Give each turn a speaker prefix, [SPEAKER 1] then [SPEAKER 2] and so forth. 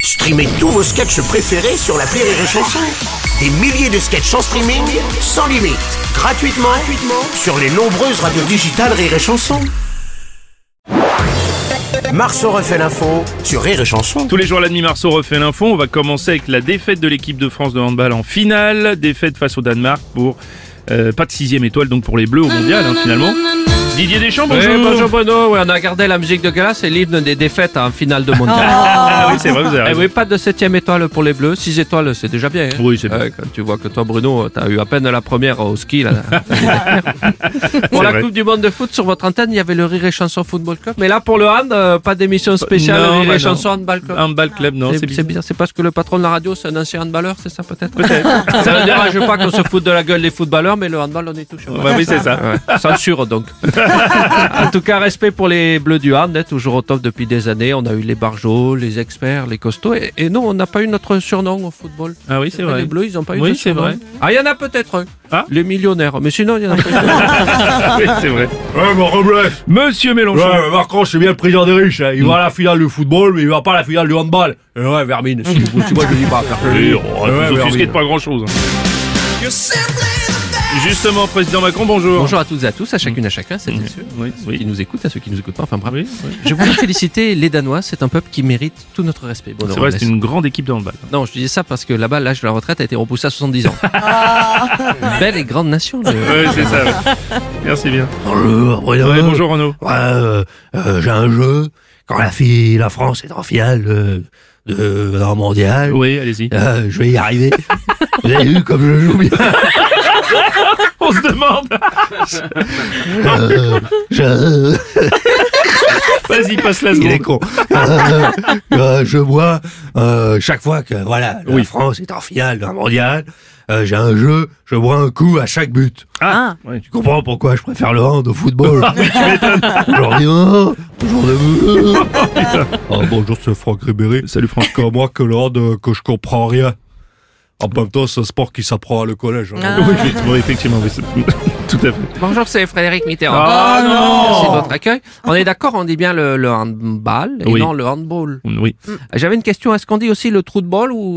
[SPEAKER 1] Streamez tous vos sketchs préférés sur la Rire et Chanson. Des milliers de sketchs en streaming, sans limite, gratuitement, gratuitement sur les nombreuses radios digitales Rire et Chanson. Marceau refait l'info sur Rire et Chanson.
[SPEAKER 2] Tous les jours à la demi-marceau refait l'info. On va commencer avec la défaite de l'équipe de France de handball en finale. Défaite face au Danemark pour euh, pas de sixième étoile donc pour les Bleus au mondial hein, finalement. Didier Deschamps,
[SPEAKER 3] Oui,
[SPEAKER 2] bonjour.
[SPEAKER 3] Eh, bonjour Bruno, Oui, on a gardé la musique de Gala, c'est l'hymne des défaites en finale de mondial.
[SPEAKER 2] Ah oui, c'est vrai, vous avez
[SPEAKER 3] Eh
[SPEAKER 2] raison.
[SPEAKER 3] oui, pas de septième étoile pour les bleus, six étoiles c'est déjà bien. hein.
[SPEAKER 2] Oui, c'est bien.
[SPEAKER 3] Ouais, quand tu vois que toi Bruno, t'as eu à peine la première au ski. Là. pour
[SPEAKER 2] C'est
[SPEAKER 3] la
[SPEAKER 2] vrai.
[SPEAKER 3] Coupe du Monde de foot, sur votre antenne, il y avait le Rire et Chanson Football Club. Mais là pour le hand, euh, pas d'émission spéciale
[SPEAKER 2] Non,
[SPEAKER 3] Rire
[SPEAKER 2] bah
[SPEAKER 3] et
[SPEAKER 2] non.
[SPEAKER 3] Chanson Handball Club.
[SPEAKER 2] Handball club, non,
[SPEAKER 3] C'est-
[SPEAKER 2] c'est
[SPEAKER 3] c'est
[SPEAKER 2] bizarre.
[SPEAKER 3] bizarre, c'est parce que le patron de la radio, c'est un ancien handballeur, c'est ça peut-être Peut-être. Ça ne dérange pas qu'on se foute de la gueule des footballeurs, mais le handball, on est touché.
[SPEAKER 2] Bah oui, c'est ça.
[SPEAKER 3] Ouais, Censure donc. en tout cas, respect pour les Bleus du Hand, hein, toujours au top depuis des années. On a eu les Barjots, les experts, les costauds. Et, et non, on n'a pas eu notre surnom au football.
[SPEAKER 2] Ah oui, c'est vrai.
[SPEAKER 3] Les Bleus, ils n'ont pas eu
[SPEAKER 2] Oui,
[SPEAKER 3] de
[SPEAKER 2] c'est
[SPEAKER 3] surnom.
[SPEAKER 2] vrai.
[SPEAKER 3] Ah, il y en a peut-être un.
[SPEAKER 2] Ah.
[SPEAKER 3] les millionnaires. Mais sinon, il y en a pas.
[SPEAKER 2] Ah oui, c'est vrai.
[SPEAKER 4] Ouais, bon, Robles.
[SPEAKER 2] Monsieur Mélenchon.
[SPEAKER 4] Ouais, Macron, c'est bien le président des riches. hein. Il va à la finale du football, mais il va pas à la finale du handball. Et ouais, Vermine, si, vous- si moi je dis pas, personne.
[SPEAKER 2] Oui, on va
[SPEAKER 4] Ouais,
[SPEAKER 2] nous offusquer
[SPEAKER 4] Vermine.
[SPEAKER 2] de pas grand chose. Justement, président Macron, bonjour.
[SPEAKER 3] Bonjour à toutes et à tous, à chacune à chacun,
[SPEAKER 2] Mm.
[SPEAKER 3] c'est bien sûr.
[SPEAKER 2] Oui,
[SPEAKER 3] Ceux qui
[SPEAKER 2] oui.
[SPEAKER 3] nous écoutent, à ceux qui nous écoutent pas. Enfin, bravo.
[SPEAKER 2] Oui, oui.
[SPEAKER 3] Je voulais féliciter les Danois. C'est un peuple qui mérite tout notre respect. Bon,
[SPEAKER 2] C'est vrai, c'est
[SPEAKER 3] Robles.
[SPEAKER 2] une grande équipe de handball.
[SPEAKER 3] Non, je disais ça parce que là-bas, l'âge de la retraite a été repoussé à 70 ans. Belle et grande nation. le-
[SPEAKER 2] Oui, c'est ça. ouais. Merci bien.
[SPEAKER 5] Bonjour, Bruno.
[SPEAKER 2] Ouais, bonjour Renaud.
[SPEAKER 5] Ouais, euh, euh, j'ai un jeu. Quand la, fille, la France est en finale de, de- d'un mondial,
[SPEAKER 2] Oui, allez-y.
[SPEAKER 5] euh, je vais y arriver. Vous avez vu comme je joue bien.
[SPEAKER 2] On se demande.
[SPEAKER 5] Euh, je,
[SPEAKER 2] Vas-y, passe la
[SPEAKER 5] il est
[SPEAKER 2] seconde.
[SPEAKER 5] con. Euh, euh, je bois euh, chaque fois que voilà, la France est en finale d'un mondial. euh, j'ai un jeu, je bois un coup à chaque but.
[SPEAKER 2] Ah, ouais.
[SPEAKER 5] Tu comprends pourquoi je préfère le hand au football Aujourd'hui, oh, toujours debout.
[SPEAKER 4] Ah, bonjour, c'est Franck Ribéry.
[SPEAKER 2] Salut Franck.
[SPEAKER 4] Que moi, que le hand, euh, que je comprends rien. En même temps, c'est un sport qui s'apprend à le collège. hein.
[SPEAKER 2] Oui, effectivement, effectivement, oui, c'est- tout à fait.
[SPEAKER 3] Bonjour, c'est Frédéric Mitterrand.
[SPEAKER 2] Ah, non
[SPEAKER 3] Merci de votre accueil. On est d'accord, on dit bien le, le handball et
[SPEAKER 2] Oui.
[SPEAKER 3] non le handball.
[SPEAKER 2] Oui.
[SPEAKER 3] J'avais une question, est-ce qu'on dit aussi le trou de bol ou...